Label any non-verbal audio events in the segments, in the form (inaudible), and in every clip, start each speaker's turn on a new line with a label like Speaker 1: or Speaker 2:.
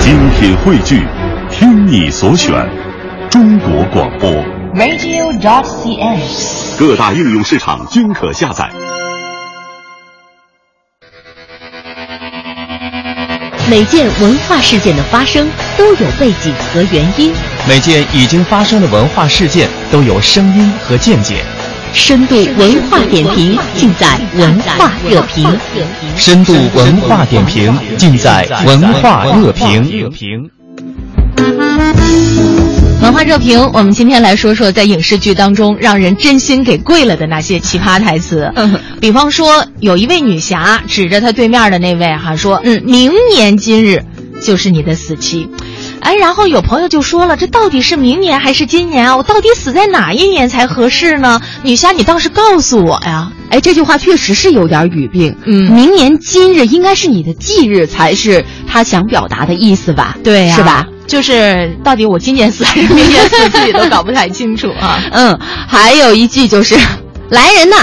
Speaker 1: 精品汇聚，听你所选，中国广播。
Speaker 2: radio.cn。
Speaker 1: 各大应用市场均可下载。
Speaker 3: 每件文化事件的发生都有背景和原因，
Speaker 4: 每件已经发生的文化事件都有声音和见解，
Speaker 3: 深度文化点评尽在文化热评。
Speaker 4: 深度文化点评尽在文化热评。
Speaker 5: 文化热评，我们今天来说说在影视剧当中让人真心给跪了的那些奇葩台词。
Speaker 3: 嗯
Speaker 5: 比方说，有一位女侠指着她对面的那位哈说：“嗯，明年今日就是你的死期。”哎，然后有朋友就说了，这到底是明年还是今年啊？我到底死在哪一年才合适呢？女侠，你倒是告诉我呀！
Speaker 6: 哎，这句话确实是有点语病。
Speaker 5: 嗯
Speaker 6: 明年今日应该是你的忌日，才是他想表达的意思吧？
Speaker 5: 对呀、
Speaker 6: 是吧？？
Speaker 5: 就是到底我今年死还是明年死，自己都搞不太清楚啊。
Speaker 6: 嗯，还有一句就是，来人呐，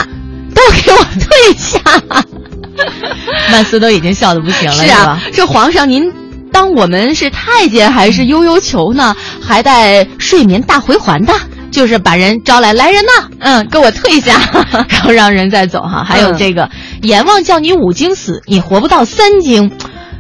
Speaker 6: 都给我退下！
Speaker 5: (laughs) 曼斯都已经笑得不行了，
Speaker 6: 是
Speaker 5: 是
Speaker 6: 啊
Speaker 5: 吧，
Speaker 6: 这皇上您当我们是太监还是悠悠球呢？还带睡眠大回环的？
Speaker 5: 就是把人招来，来人呐，
Speaker 6: 嗯，给我退下！
Speaker 5: (laughs)
Speaker 6: 嗯
Speaker 5: 然后让人再走哈。还有这个，阎王叫你五经死，你活不到三经。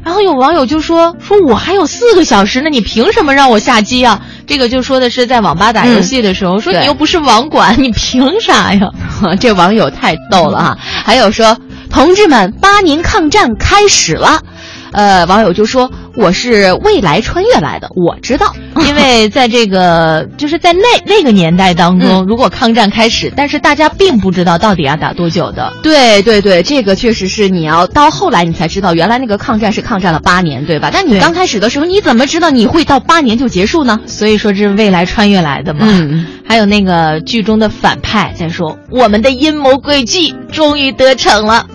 Speaker 5: 然后有网友就说：“说我还有四个小时呢，你凭什么让我下机啊？”这个就说的是在网吧打游戏的时候，说
Speaker 6: 对
Speaker 5: 你又不是网管，你凭啥呀？ (laughs)
Speaker 6: 这网友太逗了哈！还有说，同志们，八年抗战开始了。呃，网友就说我是未来穿越来的，我知 (laughs) 道。
Speaker 5: 因为在这个就是在那那个年代当
Speaker 6: 嗯
Speaker 5: 中，如果抗战开始，但是大家并不知道到底要打多久的。
Speaker 6: 对对对，这个确实是你要到后来你才知道，原来那个抗战是抗战了八年，对吧？但你
Speaker 5: 对
Speaker 6: 刚开始的时候，你怎么知道你会到八年就结束呢？
Speaker 5: 所以说这是未来穿越来的嘛。
Speaker 6: 嗯，
Speaker 5: 还有那个剧中的反派在说，我们的阴谋诡计终于得逞了。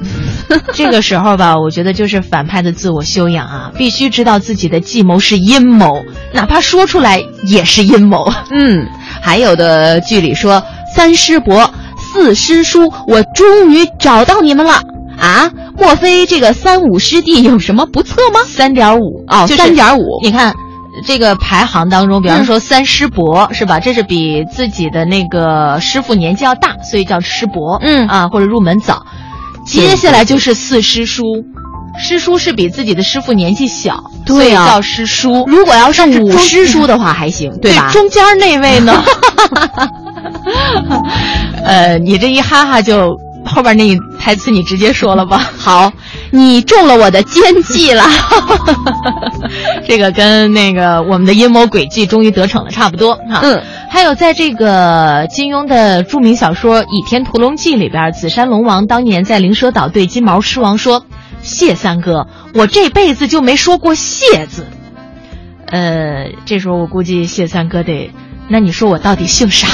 Speaker 6: (laughs)
Speaker 5: 这个时候吧，我觉得就是反派的自我修养啊，必须知道自己的计谋是阴谋，哪怕说出来也是阴谋。
Speaker 6: 嗯，还有的剧里说三师伯、四师叔，我终于找到你们了啊！莫非这个三五师弟有什么不测吗？
Speaker 5: 三点五
Speaker 6: 哦，
Speaker 5: 就是
Speaker 6: 三点五，嗯
Speaker 5: 你看。这个排行当中，比方说三师伯、是吧？这是比自己的那个师傅年纪要大，所以叫师伯。
Speaker 6: 嗯
Speaker 5: 啊，或者入门早。接下来就是四师叔，师叔是比自己的师傅年纪小，
Speaker 6: 对啊
Speaker 5: 所以叫师叔。
Speaker 6: 如果要是
Speaker 5: 但是
Speaker 6: 五
Speaker 5: 中
Speaker 6: 师叔的话还行，
Speaker 5: 对
Speaker 6: 吧？
Speaker 5: 中间那位
Speaker 6: (laughs)
Speaker 5: 呢？呃，你这一哈哈就后边那一台词你直接说了吧。
Speaker 6: 好，你中了我的奸计了。
Speaker 5: (laughs) 这个跟那个我们的阴谋诡计终于得逞了差不多哈。
Speaker 6: 嗯，
Speaker 5: 还有在这个金庸的著名小说《倚天屠龙记》里边，紫山龙王当年在灵蛇岛对金毛狮王说：“谢三哥，我这辈子就没说过谢字。”呃，这时候我估计谢三哥得，那你说我到底姓啥？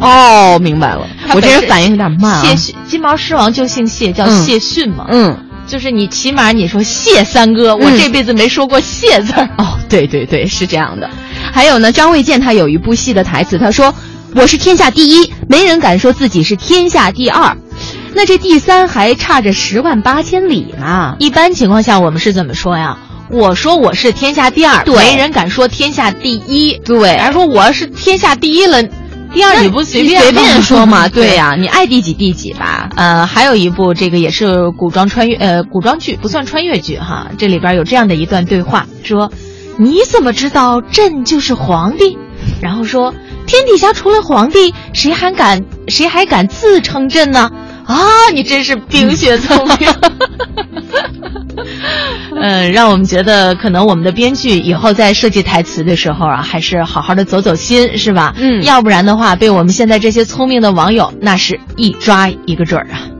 Speaker 6: 哦，明白了，
Speaker 5: 他
Speaker 6: 我这
Speaker 5: 本
Speaker 6: 人
Speaker 5: 身
Speaker 6: 反应有点慢啊。
Speaker 5: 谢逊，金毛狮王就姓谢，叫
Speaker 6: 嗯
Speaker 5: 谢逊嘛。
Speaker 6: 嗯，
Speaker 5: 就是你起码你说谢三哥，我
Speaker 6: 嗯
Speaker 5: 这辈子没说过谢字儿。
Speaker 6: 哦，对对对，是这样的。还有呢，张卫健他有一部戏的台词，他说：“我是天下第一，没人敢说自己是天下第二。”那这第三还差着十万八千里呢。
Speaker 5: 一般情况下，我们是怎么说呀？我说我是天下第二，
Speaker 6: 对
Speaker 5: 没人敢说天下第一。
Speaker 6: 对
Speaker 5: 而说我是天下第一了，第二你不随便
Speaker 6: 随
Speaker 5: 吗
Speaker 6: 便
Speaker 5: (laughs)
Speaker 6: 说嘛，对
Speaker 5: 呀、
Speaker 6: 呀、你爱第几第几吧。
Speaker 5: 呃，还有一部这个也是古装穿越，呃，古装剧不算穿越剧哈。这里边有这样的一段对话，说：“你怎么知道朕就是皇帝？”然后说：“天底下除了皇帝，谁还敢谁还敢自称朕呢？”啊，你真是冰雪聪 (laughs) 明。嗯，让我们觉得可能我们的编剧以后在设计台词的时候啊，还是好好的走走心，是吧？
Speaker 6: 嗯
Speaker 5: 要不然的话，被我们现在这些聪明的网友，那是一抓一个准儿啊。